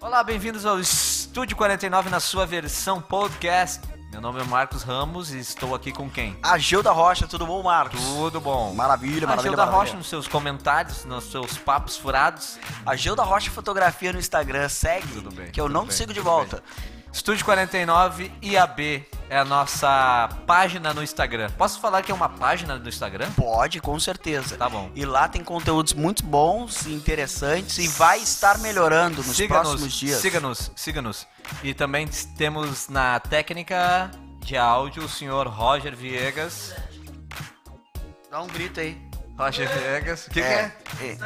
Olá, bem-vindos ao Estúdio 49 na sua versão podcast. Meu nome é Marcos Ramos e estou aqui com quem? A Gilda Rocha, tudo bom, Marcos? Tudo bom. Maravilha, A maravilha, Gilda maravilha. Rocha nos seus comentários, nos seus papos furados. A Gilda Rocha Fotografia no Instagram, segue, Tudo bem, que eu tudo não bem, consigo de tudo volta. Estúdio 49 IAB é a nossa página no Instagram. Posso falar que é uma página do Instagram? Pode, com certeza. Tá bom. E lá tem conteúdos muito bons e interessantes e vai estar melhorando nos próximos dias. Siga-nos, siga-nos. E também temos na técnica de áudio o senhor Roger Viegas. Dá um grito aí. Roger Viegas. O que, que é? é?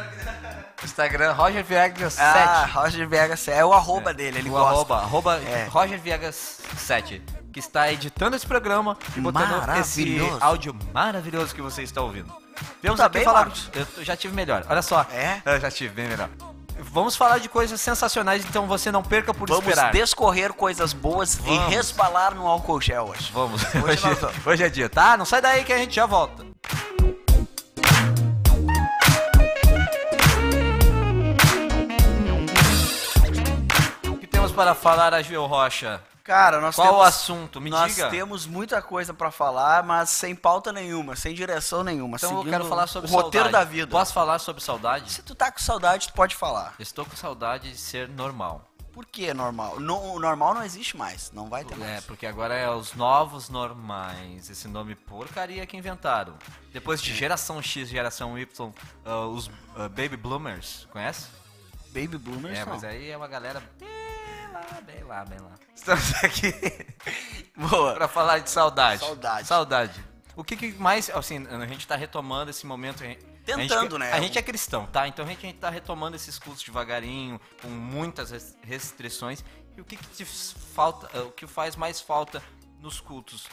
Instagram, Roger Viegas Ah, 7. Roger Vegas, é o arroba dele, ele o gosta. arroba, arroba É. Roger Viegas 7, que está editando esse programa e botando esse Maravilhoso. áudio maravilhoso que você está ouvindo. Vamos tá aqui bem, falar. Marcos? Eu t- já tive melhor. Olha só. É? Eu já tive bem melhor. Vamos falar de coisas sensacionais, então você não perca por Vamos esperar. descorrer coisas boas Vamos. e resbalar no álcool gel hoje. Vamos. Hoje nós vamos. hoje é dia, tá? Não sai daí que a gente já volta. O que temos para falar, Agil Rocha? Cara, nós Qual o temos... assunto? Me Nós diga. temos muita coisa pra falar, mas sem pauta nenhuma, sem direção nenhuma. Então eu seguindo quero falar sobre o roteiro saudade. da vida. Posso falar sobre saudade? Se tu tá com saudade, tu pode falar. Estou com saudade de ser normal. Por que normal? No- o normal não existe mais, não vai ter É, mais. porque agora é os novos normais, esse nome porcaria que inventaram. Depois de geração X, geração Y, ah, os ah, baby bloomers, conhece? Baby Bloomers É, não. mas aí é uma galera bem lá, bem lá, bem lá. Estamos aqui. Boa. Pra falar de saudade. Saudade. Saudade. O que, que mais, assim, a gente tá retomando esse momento... a gente- a gente, Tentando, né? A gente é cristão, tá? Então a gente, a gente tá retomando esses cultos devagarinho, com muitas res- restrições. E o que que te falta, eh, o que faz mais falta nos cultos?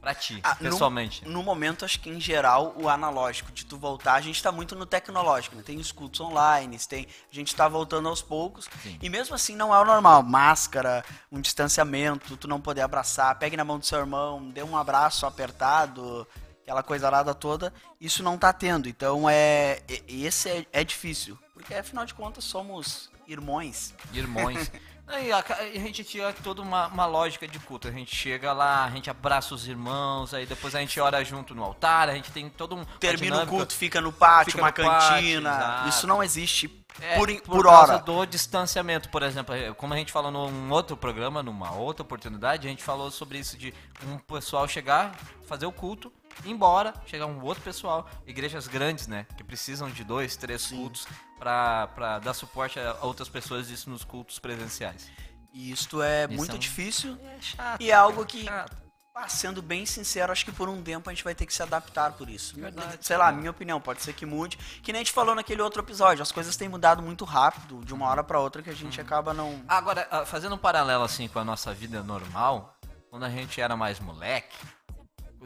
Pra ti, Ah, no- pessoalmente. No momento, acho que em geral, o analógico, de tu voltar, a gente tá muito no tecnológico, né? Tem escutos online, tem... a gente tá voltando aos poucos. Sim. E mesmo assim, não é o normal. Máscara, um distanciamento, tu não poder abraçar, pegue na mão do seu irmão, dê um abraço apertado, aquela coisarada toda. Isso não tá tendo. Então, é e- e esse é, é difícil. Porque, afinal de contas, somos irmãos. É Irmãos. Aí a, ca- e a gente tinha toda uma, uma lógica de culto. A gente chega lá, a gente abraça os irmãos, aí depois a gente ora junto no altar, a gente tem todo um. uma Termina o dinâmica. culto, fica no pátio, Fica uma no pátio, cantina. exato. Isso não existe É, por, in- por causa hora. do distanciamento, por exemplo, eh, como a gente falou num outro programa, numa outra oportunidade, a gente falou sobre isso de um pessoal chegar, fazer o culto, ir embora, chegar um outro pessoal, igrejas grandes, né, que precisam de dois, três cultos pra pra dar suporte a outras pessoas isso nos cultos presenciais. E isto é Isso muito é um- difícil. É chato. E é algo que- chato. Ah, sendo bem sincero, acho que por um tempo a gente vai ter que se adaptar por isso. Verdade. Sei lá, minha opinião, pode ser que mude. Que nem a gente falou naquele outro episódio, as coisas têm mudado muito rápido, de uma hora pra outra, que a gente acaba não. Agora, Uhum. ah, fazendo um paralelo assim com a nossa vida normal, quando a gente era mais moleque,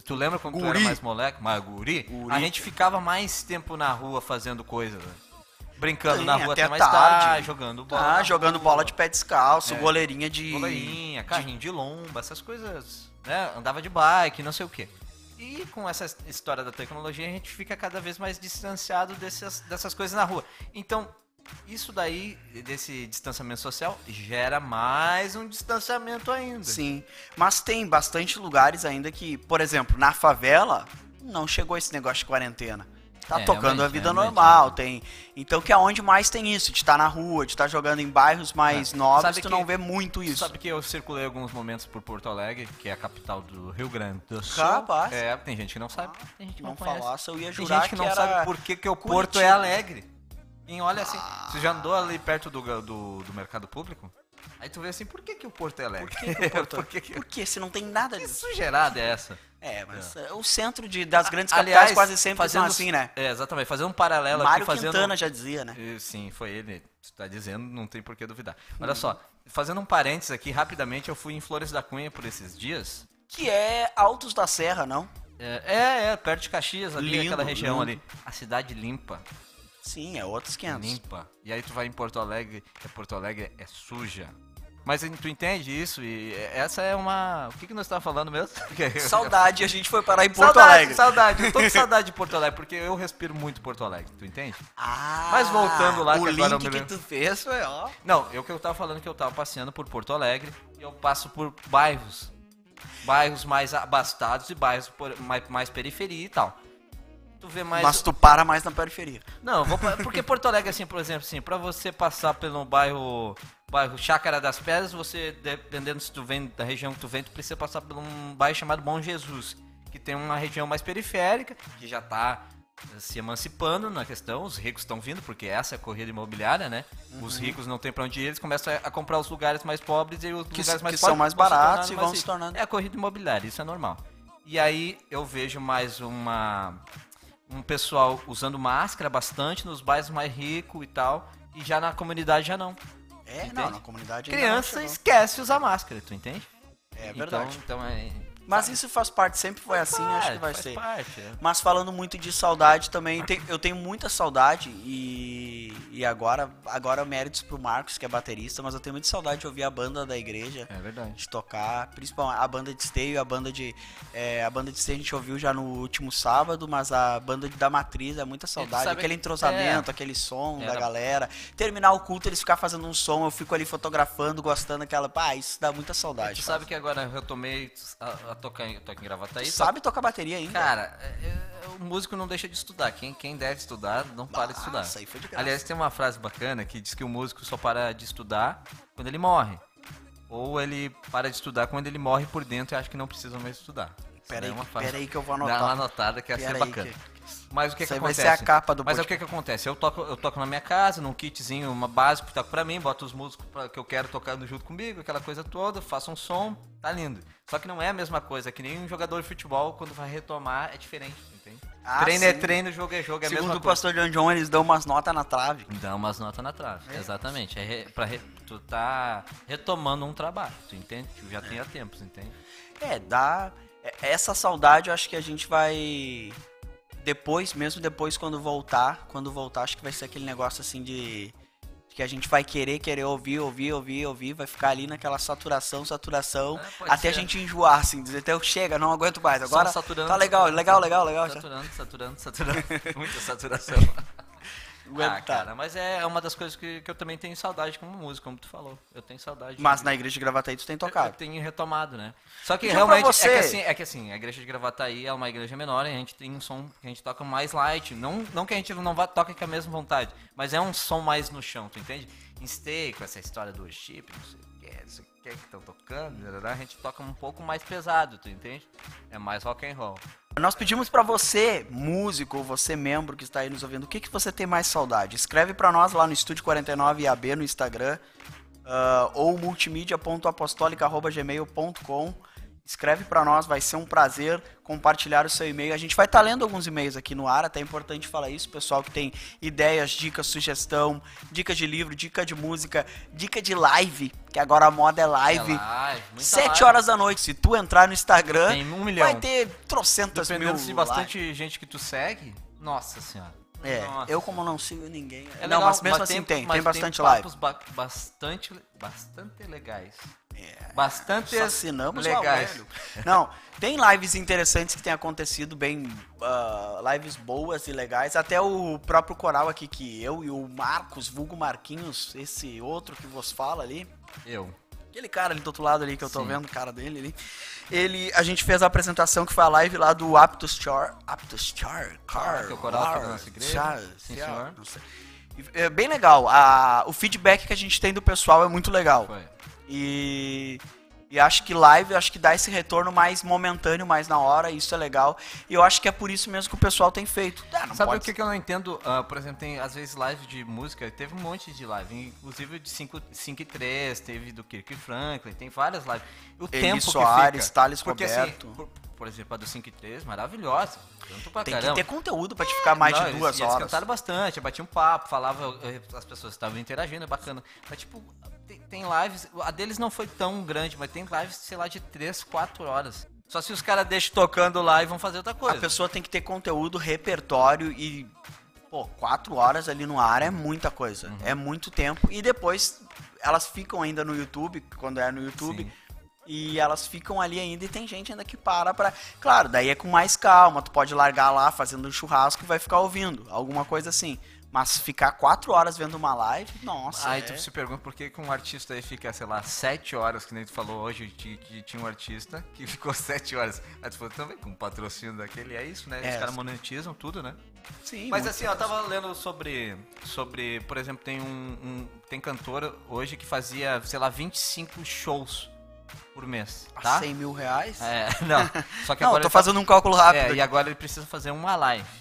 tu lembra quando tu era Guri. mais moleque, mais guri? Guri. A gente ficava mais tempo na rua fazendo coisa, né? brincando Sim, na rua até, até mais tarde, tarde. jogando bola, Ah, na jogando rua, bola de pé É. descalço, goleirinha de. bolinha, carrinho de lomba, essas coisas, né? Andava de bike, não sei o quê. E com essa história da tecnologia, a gente fica cada vez mais distanciado dessas, dessas coisas na rua. Então, isso daí, desse distanciamento social, gera mais um distanciamento ainda. Sim. Mas tem bastante lugares ainda que, por exemplo, na favela, não chegou esse negócio de quarentena. Tá É, tocando a realmente, vida realmente, normal, tem. Então que é onde mais tem isso, de estar na rua, de estar jogando em bairros mais É. novos, Sabe tu que- não vê muito isso. Sabe que eu circulei alguns momentos por Porto Alegre, que é a capital do Rio Grande do Sul. Capaz. É, tem gente que não sabe, tem gente que não, não conhece. falasse, eu ia Tem jurar gente que, não era... sabe por que, que o Porto Curitiba. Ah. é alegre. E olha assim, você já andou ali perto do, ga- do, do mercado público? Aí tu vê assim, por que, que o Porto é alegre? Por que, que o Porto... Por que que- Por que se não tem nada que disso? sugerada é essa? É, mas é, o centro de, das grandes Aliás, capitais quase sempre são fazendo- assim, né? É, exatamente. Fazendo um paralelo aqui, Mário fazendo... Quintana já dizia, né? Eh, Sim, foi ele. Você tá dizendo, não tem por que duvidar. Olha só, fazendo um parênteses aqui, rapidamente, eu fui em Flores da Cunha por esses dias. Que é Altos da Serra, não? É, é, é, perto de Caxias, ali Lindo, aquela região lindo. ali. A cidade limpa, Sim, é outros 500. limpa. E aí tu vai em Porto Alegre, é Porto Alegre é suja. Mas tu entende isso? E essa é uma. O que, que nós estávamos falando mesmo? Saudade, a gente foi parar em Porto saudade, Alegre. saudade. Eu tô com saudade de Porto Alegre, porque eu respiro muito Porto Alegre, tu entende? Ah, Mas voltando lá, o que link agora é eu me que lembro. tu fez foi, ó. Não, eu que eu tava falando que eu tava passeando por Porto Alegre e eu passo por bairros. Bairros mais abastados e bairros por- mais, mais periferia e tal. Tu vê mais. Mas tu para mais na periferia. Não, eu vou pra- porque Porto Alegre, assim, por exemplo, assim, pra você passar pelo bairro bairro Chácara das Pedras, você, dependendo se tu vem da região que tu vem, tu precisa passar por um bairro chamado Bom Jesus, que tem uma região mais periférica, que já tá eh, se emancipando na questão, os ricos estão vindo, porque essa é a corrida imobiliária, né? Os Uhum. ricos não têm pra onde ir, eles começam a, a comprar os lugares mais pobres e os Que lugares se- mais pobres que são mais vão se baratos tornando e mais vão se ricos. tornando- É a corrida imobiliária, isso é normal. E aí eu vejo mais uma um pessoal usando máscara bastante nos bairros mais ricos e tal, e já na comunidade já não. É, não, Entende? na comunidade. ainda não Criança chegou. esquece de usar máscara, tu entende? É verdade. Então, então é. Mas isso faz parte, sempre foi assim, acho que vai faz ser. Parte, é. Mas falando muito de saudade também, tem- eu tenho muita saudade e, e agora, agora méritos pro Marcos, que é baterista, mas eu tenho muita saudade de ouvir a banda da igreja, é verdade. de tocar, principalmente a banda de esteio, a banda de é, a banda de esteio a gente ouviu já no último sábado, mas a banda de- da matriz é muita saudade, sabe- é. aquele entrosamento, aquele som da Era- galera, terminar o culto, eles ficar fazendo um som, eu fico ali fotografando, gostando aquela, pá, isso dá muita saudade. É, Tu cara. sabe que agora eu retomei a, a tocar em, eu toco em gravata aí. Tu sabe né? tocar bateria ainda? Cara, é- é- o músico não deixa de estudar. Quem, quem deve estudar, não para Ah, de estudar. Nossa, aí foi de graça. Aliás, tem uma frase bacana que diz que o músico só para de estudar quando ele morre. Ou ele para de estudar quando ele morre por dentro e acha que não precisa mais estudar. Isso Pera daí aí, é uma que- frase- pera aí que eu vou Dá uma anotar. anotada que ia Pera ser aí bacana. Mas o que, Isso que aí vai acontece? ser a capa do Mas o podcast. que, que acontece? Eu toco, eu toco na minha casa, num kitzinho, uma básico que tá pra mim, boto os músicos pra- que eu quero tocando junto comigo, aquela coisa toda, faço um som, tá lindo. Só que não é a mesma coisa, é que nem um jogador de futebol, quando vai retomar, é diferente, entende? Ah, treino é sim. treino, jogo é jogo, é a Segundo mesma o coisa. pastor John John, eles dão umas notas na trave. Dá umas notas na trave, exatamente. É re, pra re- tu tá retomando um trabalho, tu entende? Tu já tem há tempos, entende? É, dá. é- Essa saudade eu acho que a gente vai. Depois, mesmo depois, quando voltar, quando voltar, acho que vai ser aquele negócio assim de. Que a gente vai querer, querer ouvir, ouvir, ouvir, ouvir, vai ficar ali naquela saturação, saturação, É, pode até a ser. gente enjoar, assim, dizer até eu chega, não aguento mais, agora Só saturando, né? tá legal, legal, legal, legal, já Saturando, saturando, saturando. Muita saturação. aguentar. ah, cara, mas é uma das coisas que, que eu também tenho saudade como músico, como tu falou. Eu tenho saudade. Mas de- na igreja de Gravataí tu tem eu, eu tocado. tenho retomado, né? Só que Então, pra realmente você- é que assim, é que assim, a igreja de Gravataí é uma igreja menor e a gente tem um som que a gente toca mais light, não não que a gente não vá toca com a mesma vontade, mas é um som mais no chão, tu entende? Em stay, com essa história do worship, não sei o que, não sei o que que estão tocando, tarará, a gente toca um pouco mais pesado, tu entende? É mais rock and roll. Nós pedimos pra você, músico, você membro que está aí nos ouvindo, o que, que você tem mais saudade? Escreve pra nós lá no Estúdio 49 IAB no Instagram ah, ou multimídia.apostolica.gmail.com Escreve pra nós, vai ser um prazer compartilhar o seu e-mail. A gente vai estar lendo alguns e-mails aqui no ar, até é importante falar isso, pessoal que tem ideias, dicas, sugestão, dica de livro, dica de música, dica de live, que agora a moda é live. live, muita 7 live. horas da noite, se tu entrar no Instagram, Tem um milhão. vai ter trocentas mil Dependendo se bastante gente que tu segue, nossa senhora. likes. É, Nossa. eu como não sigo ninguém... É não, legal, mas mesmo assim tem, mas tem bastante live. papos ba- bastante, bastante legais. É, Bastante Só assinamos o legais. Aurélio. Não, tem lives interessantes que tem acontecido, bem. ah, lives boas e legais. Até o próprio coral aqui, que eu e o Marcos, vulgo Marquinhos, esse outro que vos fala ali. Eu. Aquele cara ali do outro lado ali, que eu tô Sim. vendo o cara dele ali. Ele, a gente fez a apresentação que foi a live lá do Aptus Char. Aptus Char? Car. Ah, que é o coral Lar- da nossa igreja. Char- Sim, Char- senhor. não sei. E É bem legal. A, o feedback que a gente tem do pessoal é muito legal. Foi. E, e acho que live, acho que dá esse retorno mais momentâneo, mais na hora, e isso é legal. E eu acho que é por isso mesmo que o pessoal tem feito. Ah, não Sabe o pode que, que eu não entendo? Ah, por exemplo, tem às vezes live de música, teve um monte de live, inclusive de 5 e 3, teve do Kirk Franklin, tem várias lives. O Eli tempo Soares, que fica, Thales porque, Roberto. Assim, por, por exemplo, a do 5 e 3, maravilhosa. Tanto pra Tem caramba. que ter conteúdo pra te ficar mais Não, de eles- duas eles horas. cantaram bastante, eu bati um papo, falava, eu- as pessoas estavam interagindo, é bacana. Mas, tipo, tem, tem lives, a deles não foi tão grande, mas tem lives, sei lá, de 3, 4 horas. Só se os caras deixam tocando lá e vão fazer outra A coisa. pessoa tem que ter conteúdo, repertório e. Uhum. Pô, quatro horas ali no ar é muita coisa. É muito tempo. E depois elas ficam ainda no YouTube, quando é no YouTube. Sim. E elas ficam ali ainda e tem gente ainda que para pra. Claro, daí é com mais calma, tu pode largar lá fazendo um churrasco e vai ficar ouvindo, alguma coisa assim. Mas ficar quatro horas vendo uma live, nossa. Aí é- tu se pergunta por que, que um artista aí fica, sei lá, sete horas, que nem tu falou hoje, que, que tinha um artista que ficou sete horas. Aí tu falou também, com o patrocínio daquele, é isso, né? Os É. caras monetizam tudo, né? Sim, Mas muito. assim, ó, eu tava lendo sobre, sobre por exemplo, tem um, um- tem cantor hoje que fazia, sei lá, 25 shows por mês, A tá? 100 mil reais? É, não, só que agora Não, eu tô ele tá- fazendo um cálculo rápido. é, aqui. e agora ele precisa fazer uma live.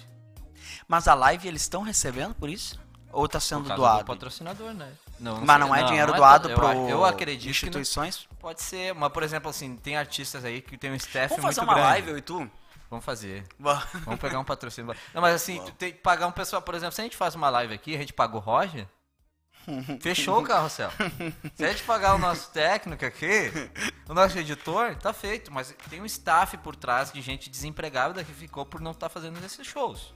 Mas a live eles estão recebendo por isso? Ou tá sendo por causa doado? do patrocinador, né? Não, Mas sei- não é dinheiro não doado pa- eu pro ac- Eu acredito que não- instituições? Pode ser, mas por exemplo, assim, tem artistas aí que tem um staff Vamos fazer muito uma grande. live, eu e tu? Vamos fazer. Vamos. Vamos pegar um patrocínio. Não, mas assim, tu tem que pagar um pessoal, por exemplo, se a gente faz uma live aqui, a gente paga o Roger. Fechou o carrossel. Se a gente pagar o nosso técnico aqui, o nosso editor, tá feito. Mas tem um staff por trás de gente desempregada que ficou por não estar fazendo esses shows.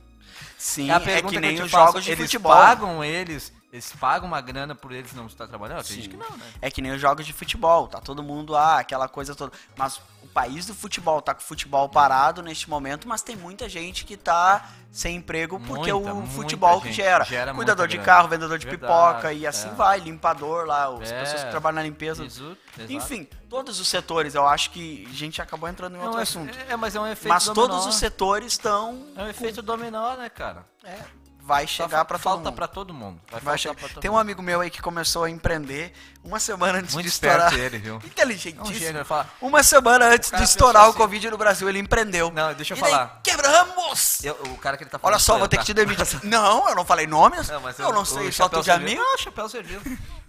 Sim, É a é pergunta que eu nem te os faço, jogos de eles futebol. pagam eles, eles pagam uma grana por eles não estar trabalhando? Eu acredito Sim. que não, né? É que nem os jogos de futebol, tá todo mundo, ah, aquela coisa toda. Mas o país do futebol tá com o futebol parado neste momento, mas tem muita gente que tá sem emprego porque Muita, o muita futebol que gente, gera. gera muita Cuidador de grana. carro, vendedor de Verdade, pipoca e assim é. vai, limpador lá, as É. pessoas que trabalham na limpeza. Exu- exato. Enfim, todos os setores, eu acho que a gente acabou entrando em outro Não, é- assunto. É, mas é um efeito mas dominó. todos os setores estão. É um efeito dominó, né, cara? é, vai chegar Só pra todo falta mundo. pra todo mundo. Vai, Vai faltar chegar. pra todo Tem um mundo. amigo meu aí que começou a empreender uma semana antes Muito de esperto estourar. ele, viu? É um Inteligentíssimo. gênio, ele fala, Uma semana antes cara de pensou estourar o assim- Covid no Brasil, ele empreendeu. Não, deixa eu E daí, falar. Quebramos! Eu- o cara que ele tá falando. Olha só, sou vou eu, ter tá? que te demitir. não, eu não falei nomes. eu, não o sei, só chapéu tu já serviu. me. Ah, o chapéu serviu.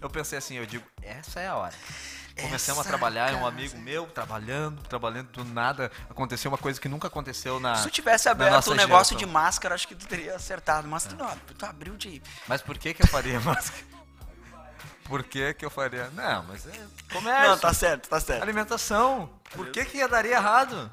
Eu pensei assim, eu digo, essa é a hora. Começamos Essa a trabalhar, um casa. amigo meu trabalhando, trabalhando do nada. Aconteceu uma coisa que nunca aconteceu na. Se tu tivesse Ah, na aberto nossa um negócio geração. de máscara, acho que tu teria acertado. Mas tu não, tu abriu de. Mas por que que eu faria máscara? Por que que eu faria? Não, mas é comércio, Não, tá certo, tá certo. alimentação. Por que que ia dar errado?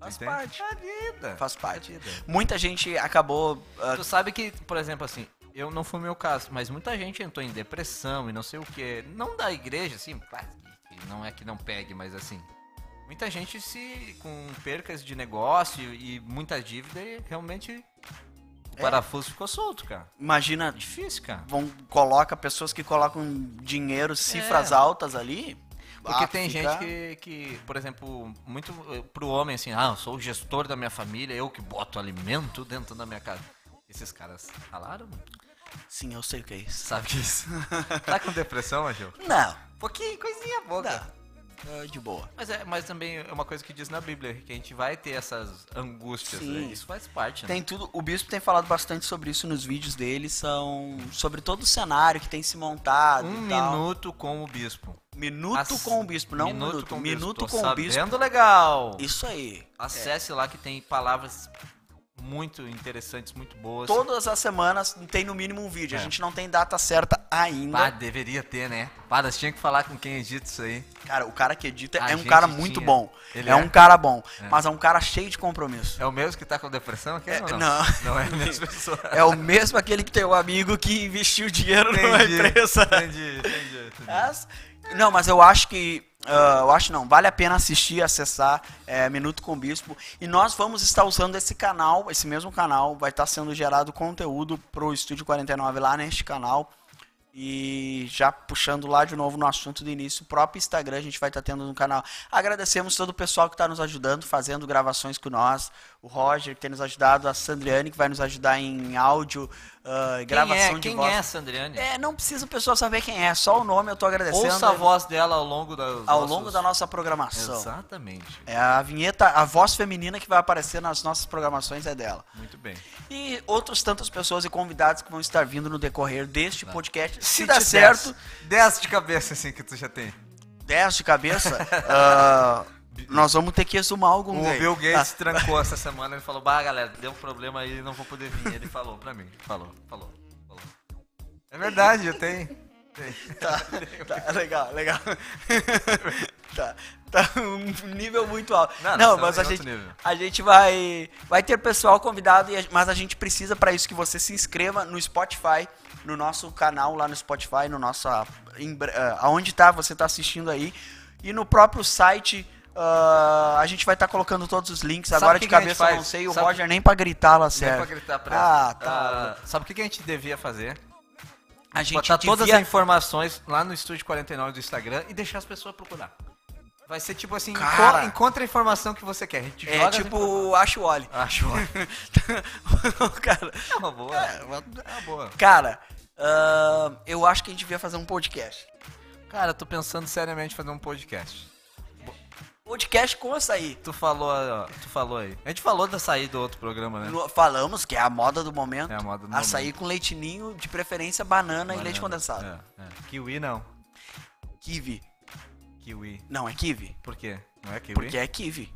Faz Entende? parte. É vida. Faz parte. Muita gente acabou. ah, Tu sabe que, por exemplo, assim, eu não foi o meu caso, mas muita gente entrou em depressão e não sei o que. Não da igreja, assim, claro que não é que não pegue, mas assim. Muita gente se. com percas de negócio e muita dívida e realmente. O É. parafuso ficou solto, cara. imagina, Difícil, cara. vão, coloca pessoas que colocam dinheiro, cifras É. altas ali. Porque ah, tem fica- gente que, que, por exemplo, muito eh, pro homem assim, ah, eu sou o gestor da minha família, eu que boto alimento dentro da minha casa. Esses caras falaram, Sim, eu sei o que é isso. sabe que isso? tá com depressão, Angel? Não, Pouquinho, coisinha não. Ah, de boa. Mas, é, mas também é uma coisa que diz na Bíblia, que a gente vai ter essas angústias, Sim. né? Isso faz parte, né? Tem tudo, o bispo tem falado bastante sobre isso nos vídeos dele, são sobre todo o cenário que tem se montado Um e tal. minuto com o bispo. Minuto As- com o bispo, não um minuto, minuto com o bispo. Tô sabendo legal. Isso aí. Acesse lá que tem palavras muito interessantes, muito boas. Todas as semanas tem no mínimo um vídeo. A É. gente não tem data certa ainda. Pá, deveria ter, né? Pá, nós tinha que falar com quem edita isso aí. Cara, o cara que edita A é um gente cara muito tinha. bom. Ele é é? um cara bom, mas é um cara cheio de compromisso. É o mesmo que tá com depressão aqui? É, ou não? não. Não é a mesma pessoa. É o mesmo aquele que tem o amigo que investiu dinheiro numa Entendi, É. empresa. Entendi, entendi. entendi. Mas- não, mas eu acho que. ah, eu acho não, vale a pena assistir, acessar é, Minuto com o Bispo. E nós vamos estar usando esse canal, esse mesmo canal, vai estar sendo gerado conteúdo pro Estúdio 49 lá neste canal. E já puxando lá de novo no assunto do início, o próprio Instagram a gente vai estar tendo no canal. Agradecemos todo o pessoal que está nos ajudando, fazendo gravações com nós. O Roger que tem nos ajudado, a Sandriane que vai nos ajudar em áudio, ah, Quem gravação é, de quem voz. é essa Andriane? É, não precisa o pessoal saber quem é, só o nome eu tô agradecendo. Ouça a voz dela ao longo da Ao longo da nossa programação. Exatamente. É a vinheta, a voz feminina que vai aparecer nas nossas programações é dela. Muito bem. E outras tantas pessoas e convidados que vão estar vindo no decorrer deste podcast. Se, dá te certo, desse- desse de cabeça assim que tu já tem. 10 de cabeça, ah, nós vamos ter que exumar algum O deles. Bill Ah. Gates trancou essa semana e falou: "Bah, galera, deu um problema aí, não vou poder vir". Ele falou pra mim. Falou, falou, falou. É verdade, eu tenho. Tá, tá, legal, legal. tá, tá um nível muito alto. Não, Não, nós estamos mas a em gente, outro nível. a gente vai vai ter pessoal convidado, e a- mas a gente precisa para isso que você se inscreva no Spotify, no nosso canal lá no Spotify, no nosso em bre- ah, aonde tá você tá assistindo aí e no próprio site ah, a gente vai estar colocando todos os links. Sabe Agora o de que que a gente cabeça eu não faz? sei, o Sabe- Roger nem pra gritar lá Não é pra serve. gritar pra Ah, tá. Ah, sabe o que que a gente devia fazer? a gente Botar todas devia- as informações lá no Estúdio 49 do Instagram e deixar as pessoas procurar. Vai ser tipo assim, Cara. enco- encontra a informação que você quer. A gente joga É as tipo informações. o Acho Oli. Acho ótimo. cara, Ah, É uma boa. É, É uma- uma boa. cara ahn, eu acho que a gente devia fazer um podcast. Cara, tô pensando seriamente em fazer um podcast. Podcast com açaí. Tu falou, ó, tu falou aí. A gente falou da saída do outro programa, né? No- Falamos que é a moda do momento. É a moda do açaí com leitinho, de preferência banana, e leite condensado. É, é. Kiwi não. Kiwi. Kiwi. Não, é kiwi. Por quê? Não é kiwi? Porque é kiwi.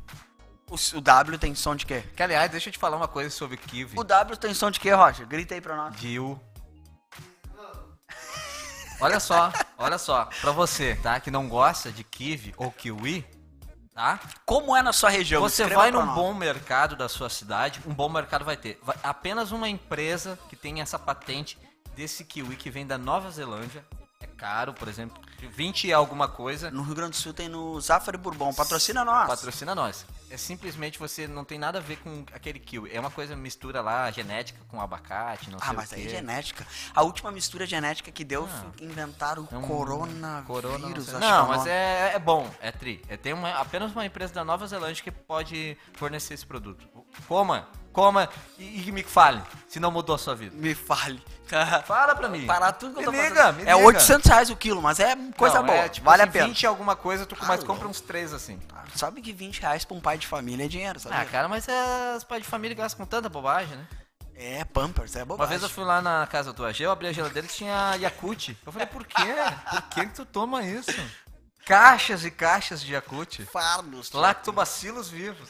O, s- o W tem som de quê? Que, aliás, deixa eu te falar uma coisa sobre kiwi. O W tem som de quê, Roger? Grita aí pra nós. Diu. Olha só, olha só. Pra você, tá? Que não gosta de kiwi ou kiwi, tá? Como é na sua região? Você Escreva vai pra num nós. bom mercado da sua cidade, um bom mercado vai ter. Vai- apenas uma empresa que tem essa patente desse kiwi que vem da Nova Zelândia. É caro, por exemplo, de 20 e alguma coisa. No Rio Grande do Sul tem no Zafari Bourbon. Patrocina nós. Patrocina nós. É simplesmente você não tem nada a ver com aquele kiwi. É uma coisa mistura lá, genética com abacate, não sei Ah, mas o aí quê. é genética. A última mistura genética que deu, Ah. f- inventaram o É um coronavírus. Corona, não, sei. acho Não, que é o mas nome. é, é bom, é tri. É, tem uma, apenas uma empresa da Nova Zelândia que pode fornecer esse produto. Coma, coma e, e me fale se não mudou a sua vida. Me fale. Fala pra mim. Parar tudo que me eu tô liga, fazendo. Me é liga. 800 reais o quilo, mas é coisa Não, boa. é, tipo, vale a se pena. 20 alguma coisa, tu mais Ah, compra não. uns três assim. Sabe que 20 reais pra um pai de família é dinheiro, sabe? Ah, cara, mas é, os pais de família gastam com tanta bobagem, né? é pampers, é Uma bobagem. vez eu fui lá na casa do AG, eu abri a geladeira e tinha Yakut. Eu falei, por quê? Por que que tu toma isso? Caixas e caixas de Yakut. Fardos. Lactobacilos vivos.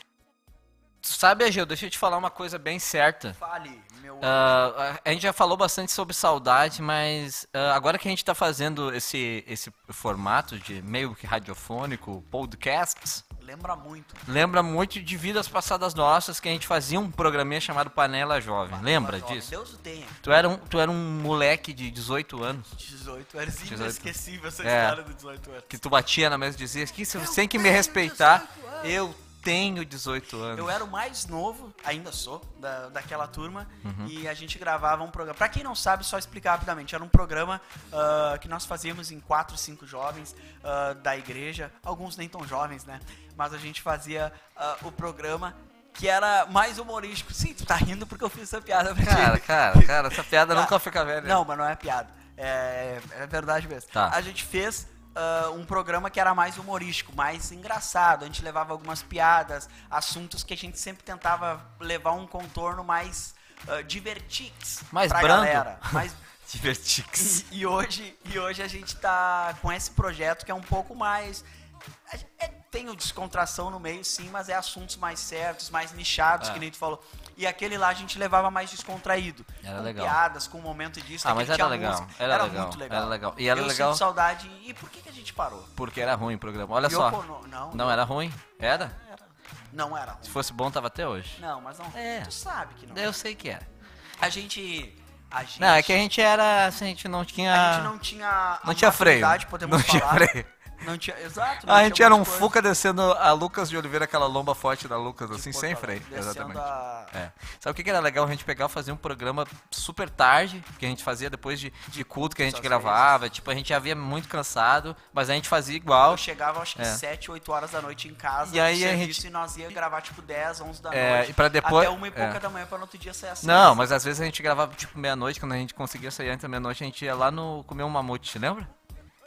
Tu sabe, AG, deixa eu te falar uma coisa bem certa. Fale, meu... Ah, a gente já falou bastante sobre saudade, mas ah, agora que a gente está fazendo esse, esse formato de meio que radiofônico, podcasts, Lembra muito. lembra muito de vidas passadas nossas que a gente fazia um programinha chamado Panela Jovem. Lembra Jovem, disso? Deus o tenha. Tu era um, tu era um moleque de 18 anos 18 anos. 18. Inesquecível essa É. história do 18 anos. que tu batia na mesa e dizia que você Eu tem que me tenho respeitar. 18 anos." Eu tenho 18 anos. Eu era o mais novo, ainda sou, da, daquela turma, Uhum. e a gente gravava um programa. Pra quem não sabe, só explicar rapidamente. Era um programa ah, que nós fazíamos em quatro, cinco jovens ah, da igreja, alguns nem tão jovens, né? Mas a gente fazia ah, o programa que era mais humorístico. Sim, tu tá rindo porque eu fiz essa piada pra ti. Cara, cara, cara, essa piada Tá. nunca fica velha. Não, mas não é piada. É, é verdade mesmo. Tá. A gente fez ah, um programa que era mais humorístico, mais engraçado. A gente levava algumas piadas, assuntos que a gente sempre tentava levar um contorno mais uh, divertix Mais pra brando. galera. Mais Divertix. e, e hoje, e hoje a gente tá com esse projeto que é um pouco mais. a- é- tem o descontração no meio, sim, mas é assuntos mais certos, mais nichados, É. que nem tu falou. E aquele lá a gente levava mais descontraído. Era com legal. piadas, com o momento disso. Ah, daquele mas era tinha legal, música. era Era, legal, muito legal. era legal. E era Eu legal- sinto saudade. E por que, que a gente parou? Porque era ruim o programa. Olha Yoko só. Ono- Não, Não era ruim? Era? era. Não era. Se fosse bom, tava até hoje. Não, mas não. É. Tu sabe que é. não. Eu sei que era. A gente. A gente. Não, é que a gente era. Assim, a gente não tinha. a gente não tinha. a não tinha freio. maturidade, Podemos Não tinha falar. freio. Não tinha. Exato. não A gente tinha era um muita coisa. Fuca descendo a Lucas de Oliveira, aquela lomba forte da Lucas, assim, Porto sem Alegre, freio. descendo Exatamente. a- É. Sabe o que que era legal? A gente pegar e fazer um programa super tarde, que a gente fazia depois de, de culto que a gente às gravava. Tipo, a gente já via muito cansado, mas a gente fazia igual. Eu chegava acho que É. 7, 8 horas da noite em casa, E aí do a serviço, gente- e nós ia gravar tipo 10, 11 da É, noite. e pra depois- Até uma e pouca é. da manhã pra no outro dia sair assim. Não, mas às vezes a gente gravava tipo meia-noite, quando a gente conseguia sair antes da meia-noite, a gente ia lá no comer um mamute, lembra?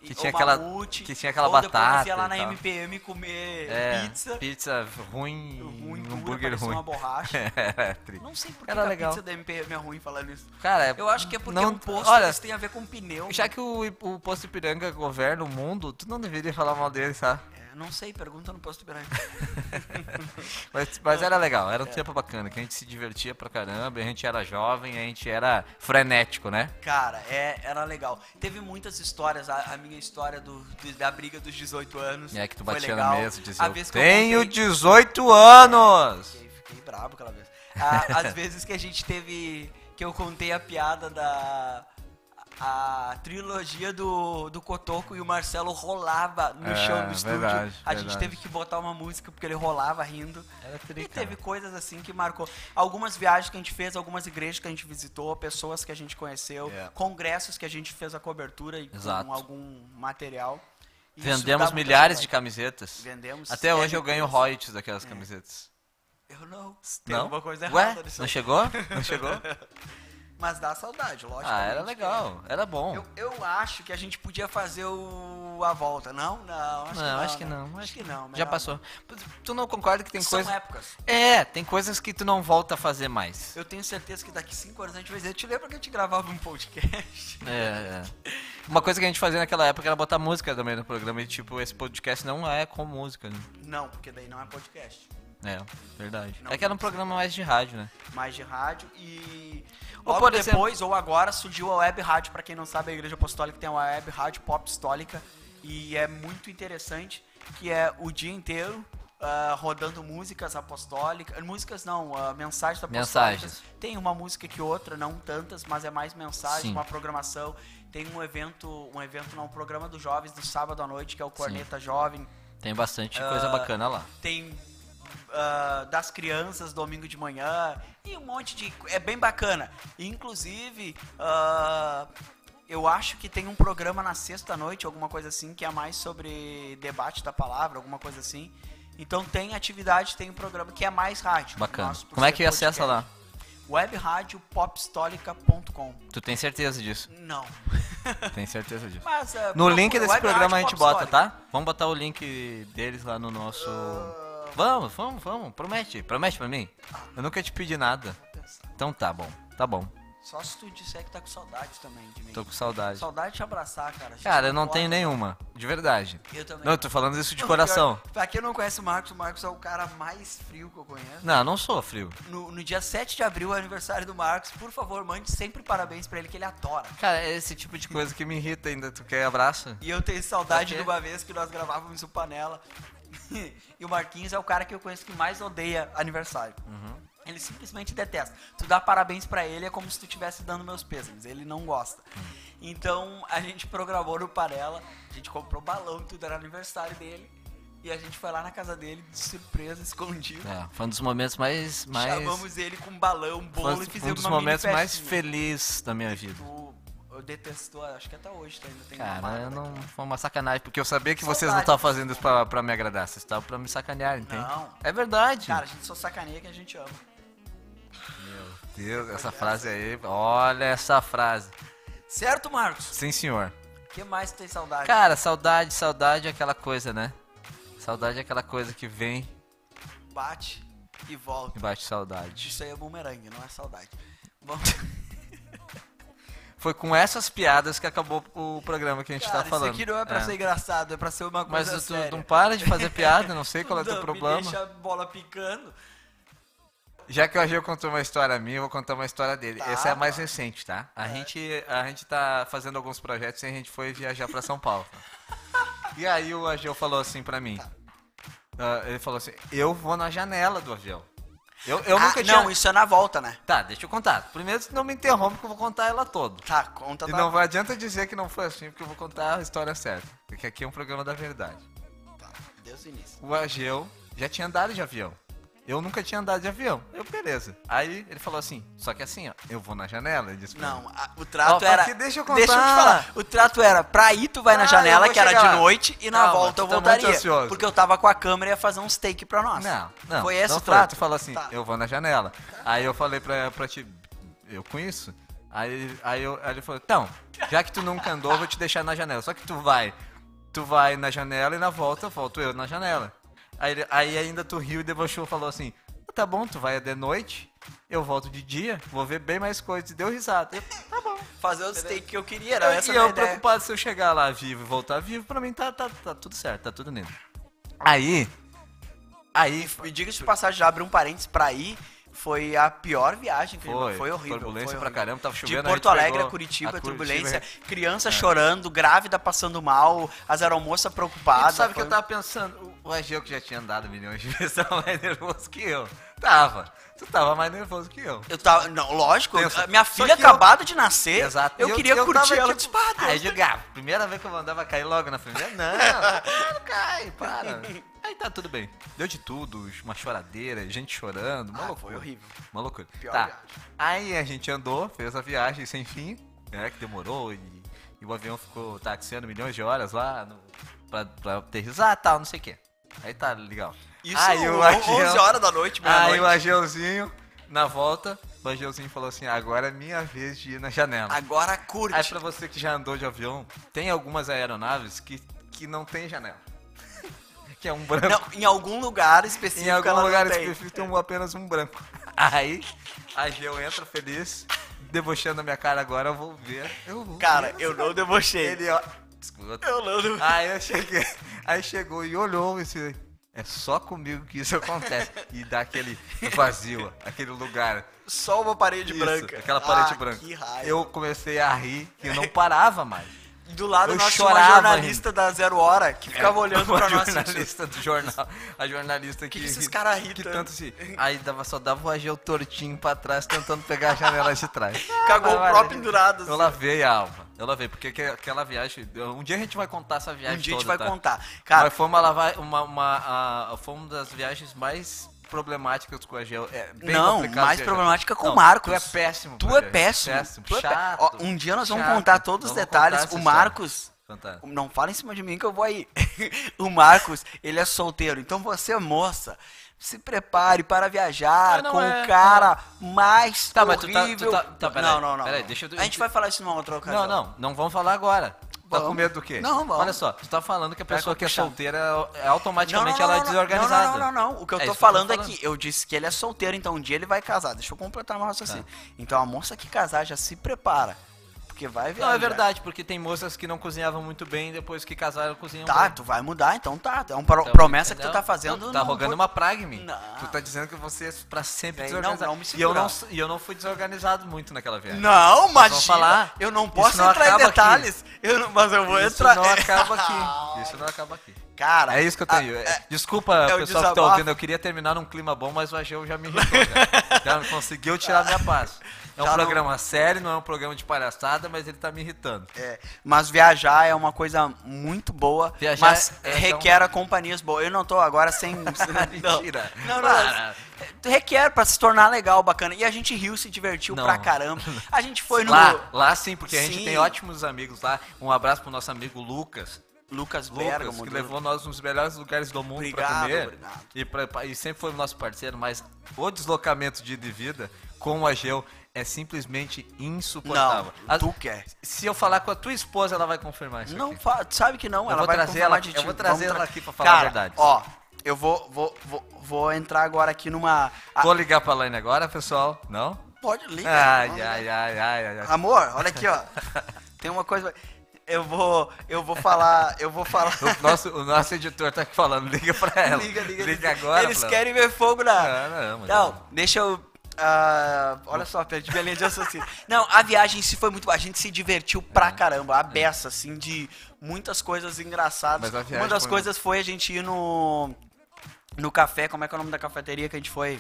que tinha aquela- que tinha aquela ou Depois nós batata ia lá e na tal. MPM comer É, pizza, Pizza ruim, ruim, um dura, hambúrguer parecia ruim. uma borracha. é, tri. Não sei por que Era que a legal. pizza da MPM é ruim falando isso. Cara, Eu acho que é porque é não- um posto, Olha, isso tem um a ver com pneu. né? já que o, o posto Ipiranga governa o mundo, tu não deveria falar mal dele, tá? sabe? É Eu não sei, pergunta no posto Ipiranga. Mas, mas era legal, É. era um tempo bacana, que a gente se divertia pra caramba, a gente era jovem, a gente era frenético, né? Cara, é- era legal. Teve muitas histórias, a, a minha história do, do- da briga dos 18 anos. É que tu foi batia legal. na mesa e dizia, A eu vez que eu tenho contei- 18 anos! Fiquei, fiquei brabo aquela vez. A- As vezes que a gente teve. Que eu contei a piada da. A trilogia do, do Cotoco e o Marcelo rolava no É, chão do estúdio. verdade, a verdade. gente teve que botar uma música porque ele rolava rindo. Era tri, e cara. teve coisas assim que marcou. Algumas viagens que a gente fez, algumas igrejas que a gente visitou, pessoas que a gente conheceu, É. congressos que a gente fez a cobertura e Exato. com algum material. Isso dá Vendemos muita milhares de saudade. camisetas. Vendemos. Até hoje eu É, ganho royalties daquelas camisetas. Eu não. Tem Não? alguma coisa Ué? errada nisso Não chegou? Não chegou? Mas dá saudade, lógico. Ah, era legal, era bom. né? Eu, eu acho que a gente podia fazer o a volta. Não, não. Acho não, que acho que não. Acho, que não. Já melhor passou. Tu não concorda que tem não. São coisa. épocas. É, tem coisas que tu não volta a fazer mais. Eu tenho certeza que daqui cinco anos a gente vai dizer. Te lembra que a gente gravava um podcast? É, é. Uma coisa que a gente fazia naquela época era botar música também no programa. E tipo, esse podcast não é com música. Né? Não, porque daí não é podcast. É, verdade. Não, é que era um não sei. programa mais de rádio, né? Mais de rádio e. Ou Logo por exemplo- depois, ou agora, surgiu a web rádio. Pra quem não sabe, a Igreja Apostólica tem uma web rádio pop histórica. E é muito interessante que é o dia inteiro ah, rodando músicas apostólicas. Músicas não, ah, mensagens apostólicas. Mensagens. Tem uma música que outra, não tantas, mas é mais mensagem, Sim. uma programação. Tem um evento, um evento não, um programa dos jovens do sábado à noite, que é o Corneta Jovem. Tem bastante coisa Ah, bacana lá. Tem ah, das crianças, domingo de manhã, e um monte de... É bem bacana. Inclusive, ah, eu acho que tem um programa na sexta-noite, alguma coisa assim, que é mais sobre debate da palavra, alguma coisa assim. Então tem atividade, tem um programa que é mais rádio. Bacana. Nosso, por Como é ser que acessa lá? webradiopopstolica.com. Tu tem certeza disso? Não. Tem certeza disso. Mas, ah, No procura, link desse Web programa a Rádio gente bota, Popstólica. tá? Vamos botar o link deles lá no nosso. Ah. Vamos, vamos, vamos. Promete, promete pra mim. Eu nunca te pedi nada. Então tá bom, tá bom. Só se tu disser que tá com saudade também de mim. Tô com saudade. Saudade de te abraçar, cara. A gente Cara, eu não pode. tenho nenhuma. De verdade. Eu também. Não, eu tô falando isso de coração. Pior, é Pra quem não conhece o Marcos, o Marcos é o cara mais frio que eu conheço. Não, eu não sou frio. No, no dia 7 de abril é aniversário do Marcos. Por favor, mande sempre parabéns pra ele, que ele adora. Cara, é esse tipo de coisa que me irrita ainda. Tu quer abraço? E eu tenho saudade Pra de quê? uma vez que nós gravávamos o Panela. e o Marquinhos é o cara que eu conheço que mais odeia aniversário. Uhum. Ele simplesmente detesta. Tu dá parabéns pra ele, é como se tu estivesse dando meus pêsames. Ele não gosta. Então, a gente programou no Panela, a gente comprou balão, tudo era aniversário dele. E a gente foi lá na casa dele, de surpresa, escondido. É, foi um dos momentos mais. mais Chamamos ele com um balão, foi bolo e fizemos um dos uma mini momentos mais festinha. felizes da minha vida. Tu eu detestou, acho que até hoje tu ainda tem uma Cara, mágoa eu não. daquilo. Foi uma sacanagem, porque eu sabia que vocês Saudade. não estavam fazendo isso pra, pra me agradar, vocês estavam pra me sacanear, entende? Não. É verdade. Cara, a gente só sacaneia que a gente ama. Meu Deus, essa frase aí. Olha essa frase. Certo, Marcos? Sim, senhor. O que mais tu tem saudade? Cara, saudade, saudade é aquela coisa, né? Saudade é aquela coisa que vem Bate e e volta. bate saudade. Isso aí é bumerangue, não é saudade. Vamos. Foi com essas piadas que acabou o programa que a gente Cara, tá falando. Isso aqui não é pra É. ser engraçado, é pra ser uma Mas coisa tu séria. não para de fazer piada, não sei qual é o Não, teu me problema. deixa a bola picando. Já que o Agil contou uma história minha, eu vou contar uma história dele. Tá, Essa é a mais tá. recente, tá? A, gente, a gente tá fazendo alguns projetos e a gente foi viajar pra São Paulo. tá? e aí o Agil falou assim pra mim. Tá. ah, ele falou assim, eu vou na janela do Agil. Eu, eu Ah, nunca tinha... Não, isso é na volta, né? Tá, deixa eu contar. Primeiro não me interrompe que eu vou contar ela toda. Tá, conta E da- não vai- adianta dizer que não foi assim, porque eu vou contar a história certa. Porque aqui é um programa da verdade. Tá, desde o início. o Ageu já tinha andado de avião. Eu nunca tinha andado de avião. Eu, beleza. Aí ele falou assim, só que assim, ó, eu vou na janela. Ele disse pra mim. Não, a- o trato Ó, era. aqui, deixa eu Deixa eu te contar. falar. O trato era, pra ir tu vai Ah, na eu janela, vou que era chegar lá. de noite, e na Calma, volta eu tu tá muito voltaria. ansioso. Porque eu tava com a câmera e ia fazer uns take pra nós. Não, não. Foi esse não o trato. Tu falou assim, Tá. eu vou na janela. Aí eu falei pra, pra ti, eu conheço. Aí, aí, eu- aí ele falou, então, já que tu nunca andou, eu vou te deixar na janela. Só que tu vai, tu vai na janela e na volta volto eu na janela. Aí, ele- aí ainda tu riu e debochou, falou assim, tá bom, tu vai de noite, eu volto de dia, vou ver bem mais coisas. E deu risada. Eu, tá bom. Fazer os take que eu queria, era essa é e a minha eu ideia. preocupado se eu chegar lá vivo e voltar vivo, pra mim tá, tá, tá tudo certo, tá tudo lindo. Aí. Aí. E diga-se de passagem, já abre um parênteses pra ir. Foi a pior viagem que Foi, foi horrível. turbulência foi pra horrível. caramba, tava chovendo, De a Porto gente Alegre pegou a Curitiba, a turbulência, Curitiba. é. criança chorando, grávida passando mal, as aeromoças preocupadas. sabe o que Ah, foi eu tava pensando? O Ageu que já tinha andado milhões de vezes tava mais nervoso que eu. Tava. Tu tava mais nervoso que eu. um- Eu tava. Não, lógico. eu- Pensa, minha só filha que eu- acabada de nascer. Exato. Eu, E queria tava, curtir ela. tipo, Tipo, ah, Aí Deus, eu jogava. Primeira vez que eu mandava cair logo na primeira. Não, para, cai, para. Aí tá tudo bem. Deu de tudo, uma choradeira, gente chorando, uma Ah, loucura. foi horrível. Uma loucura. Pior tá. viagem. Aí a gente andou, fez a viagem sem fim, né? Que demorou e, e o avião ficou taxiando milhões de horas lá no, pra, pra aterrissar e tal, não sei o quê. Aí tá legal. Isso Aí o- o avião- 11 horas da noite, mano. Aí o Ageuzinho, na volta, o Ageuzinho falou assim: agora é minha vez de ir na janela. Agora curte. Aí É pra você que já andou de avião, tem algumas aeronaves que, que não tem janela. que é um branco. Não, em algum lugar específico. em algum ela lugar não tem. específico tem um- apenas um branco. Aí a Geo entra feliz, debochando a minha cara agora, eu vou ver. Eu vou Cara, ver. eu não debochei. Ele, ó. Escuta. Eu não debochei. Aí eu cheguei. Aí chegou e olhou e disse, é só comigo que isso acontece. E dá aquele vazio, aquele lugar. Só uma parede Isso, branca. Aquela parede Ah, branca. Que raiva. Eu comecei a rir que eu não parava mais. Do lado eu nós tinha uma chorava jornalista da Zero Hora que ficava olhando Uma pra nós. assim, jornalista do jornal. A jornalista que. que esses tá caras ri que tanto? Um tanto se. Aí dava, só dava o agel tortinho pra trás, tentando pegar a janela de trás. Cagou Ah, o vai, próprio vai. endurado, Eu assim. lavei a alma. Eu lavei, porque que- aquela viagem. Um dia a gente vai contar essa Um viagem. dia a gente toda, vai tá? contar. Cara, Mas foi uma lavar. Uma, uma, a- foi uma das viagens mais problemáticas com a Geo. É, bem Não, complicado mais viajar. problemática com o Não, Marcos. Tu é péssimo. Tu pra é viajar. péssimo. péssimo. tu é pé- chato. Ó, um dia nós vamos Chato. contar todos os Nós vamos detalhes. contar essa o história. Marcos. Contar. Não fala em cima de mim que eu vou aí. o Marcos, ele é solteiro. Então você, moça, se prepare para Ah, viajar não com é. o cara mais Tá, mas tu tá- tu horrível. tá- tá, peraí. não, não, não. Peraí, não. deixa eu- A gente vai falar isso numa outra ocasião. Não, não, não vamos falar agora. Tá Vamos. com medo do quê? Não, vamos. Olha só, tu tá falando que a Pega pessoa com que é puxão. solteira é automaticamente Não, ela não, não, é não, desorganizada. Não, não, não, não. O que eu É tô isso que eu tô falando, falando. aqui, eu disse que ele é solteiro, então um dia ele vai casar. Deixa eu completar meu raciocínio. Tá. Então a moça que casar já se prepara. Porque vai ver. Não, é verdade, porque tem moças que não cozinhavam muito bem depois que casaram cozinham Tá, bem. tu vai mudar, então tá. É uma pro- é um Então, promessa que tu entendeu? tá fazendo. Tu tá não rogando vou- uma praga em mim. Não. Tu tá dizendo que você é pra sempre Véi, não, desorganizado. não, me e, eu segura. não, sou- e eu não fui desorganizado muito naquela viagem. Não, vamos mas falar. eu não Isso posso não entrar em acaba aqui. detalhes. Eu não- mas eu vou Isso entrar. não acaba aqui. Isso não acaba aqui. Cara, É isso que eu tenho. a- É- Desculpa, Ah, o pessoal que tá desabafo. ouvindo, eu queria terminar num clima bom, mas o Ageu já me irritou. né? Já, já conseguiu tirar minha paz. É um Já não- programa sério, não é um programa de palhaçada, mas ele tá me irritando. é, mas viajar é uma coisa muito boa, Viajar mas é- é requer a companhias boas. Eu não tô agora sem. não. Mentira. Não, não, Para. Tu Requer pra se tornar legal, bacana. E a gente riu, se divertiu Não. pra caramba. A gente foi no. Lá, lá sim, porque a gente Sim. tem ótimos amigos lá. Um abraço pro nosso amigo Lucas. Lucas Lucas, Bergamo. que do- levou nós nos melhores lugares do mundo pra Obrigado, comer. obrigado. E, pra- e sempre foi o nosso parceiro, mas o deslocamento de ida e vida com o Ageu é simplesmente insuportável. Não, A- tu quer. Se eu falar com a tua esposa, ela vai confirmar é isso. Não, aqui. fa- tu sabe que não, Eu ela vou vai trazer confirmar ela- de eu ti. vou trazer Vamos ela tra- aqui pra falar a Cara, verdade. Ó, eu vou, vou, vou, vou entrar agora aqui numa. a- Vou ligar pra Laine agora, pessoal? Não? Pode ligar. Ai, ai, ai, ai, ai, ai. Amor, olha aqui, ó. Tem uma coisa. Eu vou. Eu vou falar. Eu vou falar. O nosso, o nosso editor tá aqui falando, liga pra ela. liga, liga, Liga agora. Eles pra ela. querem ver fogo na. Ah, não, mas Então, não. deixa eu. ah, olha só, perdi minha linha de raciocínio. Não, a viagem em si foi muito boa. A gente se divertiu É. pra caramba. A beça, assim, de muitas coisas engraçadas. Mas a Uma viagem das foi coisas foi a gente ir no. No café, como é que é o nome da cafeteria que a gente foi?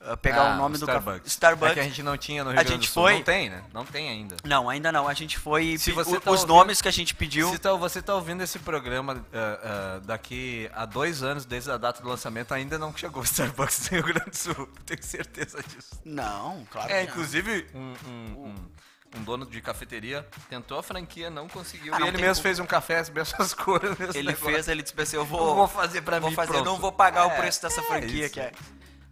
Ah, pegar Ah, o nome do café. É que a gente não tinha no Rio A Grande do gente Sul. foi- Não tem, né? Não tem ainda. Não, ainda não. A gente foi. Se pe- você o- tá os ouvindo- nomes que a gente pediu. Se tá- você tá ouvindo esse programa ah, ah, daqui a dois anos, desde a data do lançamento, ainda não chegou o Starbucks no Rio Grande do Sul. Tenho certeza disso. Não, claro. É, que não. inclusive, um, um- um- um dono de cafeteria tentou a franquia, não conseguiu. Ah, e não ele tem mesmo como. fez um café, as mesmas cores. mesmo Ele negócio. fez, ele disse pra você, eu tá Eu vou, vou fazer pra vou mim, fazer, pronto. não vou pagar o É, preço dessa é franquia isso. que é.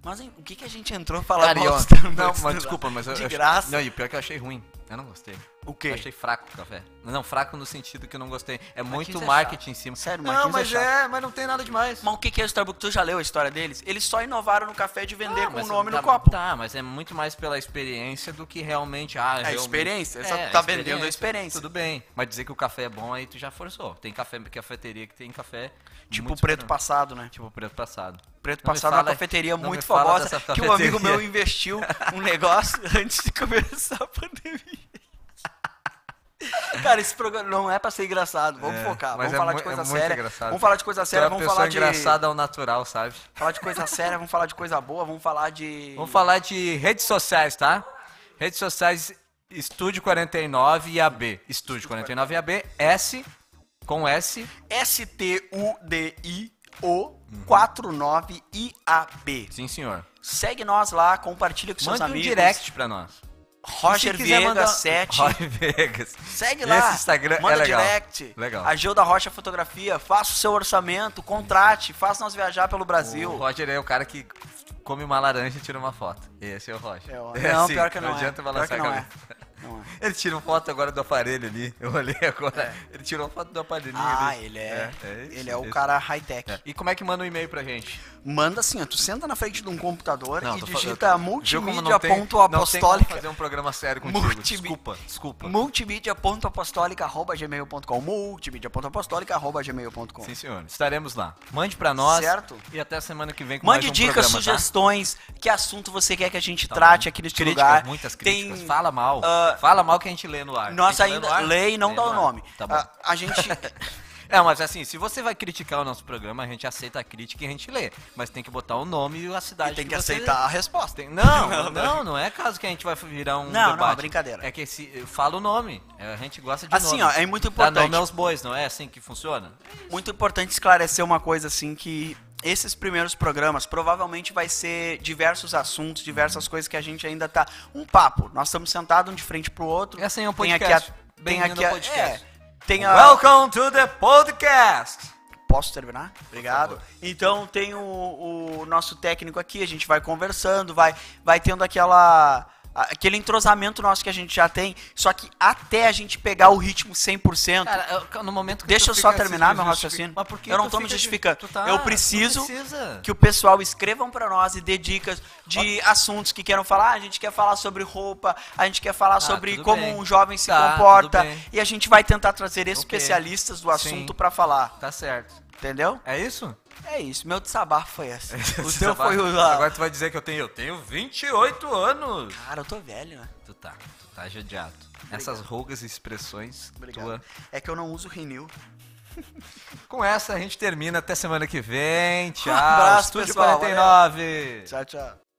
Mas hein, o que que a gente entrou falar Cara, mal e ó, dos Starbucks Não, do mas nada? desculpa, mas eu, é de eu achei- graça. Não, e pior que eu achei ruim. Eu não gostei. O quê? Achei fraco o café. Não, fraco no sentido que eu não gostei. É muito é marketing chato. em cima. Sério, não, Marquinhos é mas chato. é, mas não tem nada demais. Mas o que que é o Starbucks? Tu já leu a história deles? Eles só inovaram no café de vender Ah, com mas o nome tá- no copo. Tá, mas é muito mais pela experiência do que realmente. Ah, É a realmente- experiência, só É, tu tá vendendo a experiência. Tudo bem. Mas dizer que o café é bom aí tu já forçou. Tem café, cafeteria que tem café. Tipo o muito preto superior. passado, né? Tipo o preto passado. Preto Não me passado é fala- uma cafeteria não me muito fala famosa dessa que um amigo cafeteria. meu investiu um negócio antes de começar a pandemia. Cara, esse programa não é pra ser engraçado. Vamos É, focar, mas vamos é falar mu- de coisa é muito séria. engraçado. Vamos falar de coisa Tu é séria, uma vamos pessoa falar de engraçada ao natural, sabe? falar de coisa séria, vamos falar de coisa boa, vamos falar de Vamos falar de redes sociais, tá? Redes sociais Estúdio 49 e AB. Estúdio 49 e AB, S com S. STUDIO 49IAP. Sim, senhor. Segue nós lá, compartilha com seus Manda um amigos. direct pra nós. Roger Se quiser Viega mandar- 7. Roger Viegas. Segue lá. Esse Instagram manda é legal. direct. Legal. A Gilda Rocha Fotografia, faça o seu orçamento, contrate, faça nós viajar pelo O Brasil. Roger é o cara que come uma laranja e tira uma foto. Esse é o Roger. É, ó. É não, assim, pior que não, Não é. adianta Pior balançar que não a é. cabeça. Não é. É. Ele tirou foto agora do aparelho ali. Eu olhei agora. Ele tirou foto do aparelhinho Ah, ali. ele é, isso, ele é o isso. cara high-tech. É. E como é que manda um e-mail pra gente? Manda assim, ó, tu senta na frente de um computador Não, e tô digita falando- Viu como não tem- Não tem como multimídia.apostólica fazer um programa sério contigo. Multimí- Desculpa, desculpa. multimídia.apostólica.gmail.com multimídia.apostólica.gmail.com Sim, senhor. Estaremos lá. Mande pra nós. Certo. E até semana que vem com Mande mais um dicas, programa, tá? sugestões, que assunto você quer que a gente Tá trate bom. aqui neste críticas, lugar. Muitas críticas. Tem, Fala mal. ah, Fala mal que a gente lê no ar. Nós A gente no ainda ar? lei não dá no o ar. nome. Ah. Tá bom. a, a gente É, mas assim, se você vai criticar o nosso programa, a gente aceita a crítica e a gente lê. Mas tem que botar o nome e a cidade tem que você- aceitar a resposta. Tem- Não, não, não é caso que a gente vai virar um Não, não, debate. brincadeira. É que se fala o nome. É, A gente gosta de Assim, nome. ó, é muito Dá importante. nome aos bois, não é assim que funciona? Muito importante esclarecer uma coisa assim que esses primeiros programas provavelmente vai ser diversos assuntos, Uhum. diversas coisas que a gente ainda tá um papo. Nós estamos sentados um de frente pro outro. É assim, é um Tem aqui podcast. a- tem Bem-vindo aqui ao a, podcast. Um é, tem a Welcome to the podcast! Posso terminar? Obrigado. favor. Então tem o, o nosso técnico aqui, a gente vai conversando, vai, vai tendo aquela aquele entrosamento nosso que a gente já tem, só que até a gente pegar o ritmo 100%, Cara, eu- no momento que Deixa tu eu só fica terminar se meu raciocínio. justificando- Mas por que Eu não tu tô me fica se- justificando. tu tá- Eu tu preciso precisa. que o pessoal escrevam pra nós e dê dicas de assuntos que queiram falar. Ah, a gente quer falar sobre roupa, a gente quer falar sobre Ah, tudo como bem. um jovem se Tá, comporta tudo bem. e a gente vai tentar trazer especialistas do Sim. assunto pra falar, Tá certo. entendeu? É isso? É isso, meu desabafo foi esse. o Você teu vai- Então foi o Agora tu vai dizer que eu tenho. Eu tenho 28 anos! Cara, eu tô velho, né? Tu tá, tu tá judiado. Essas rugas e expressões Obrigado. tua. É que eu não uso Renew. Com essa a gente termina. Até semana que vem. Tchau. abraço, Estúdio pessoal. Valeu. 49. Tchau, tchau.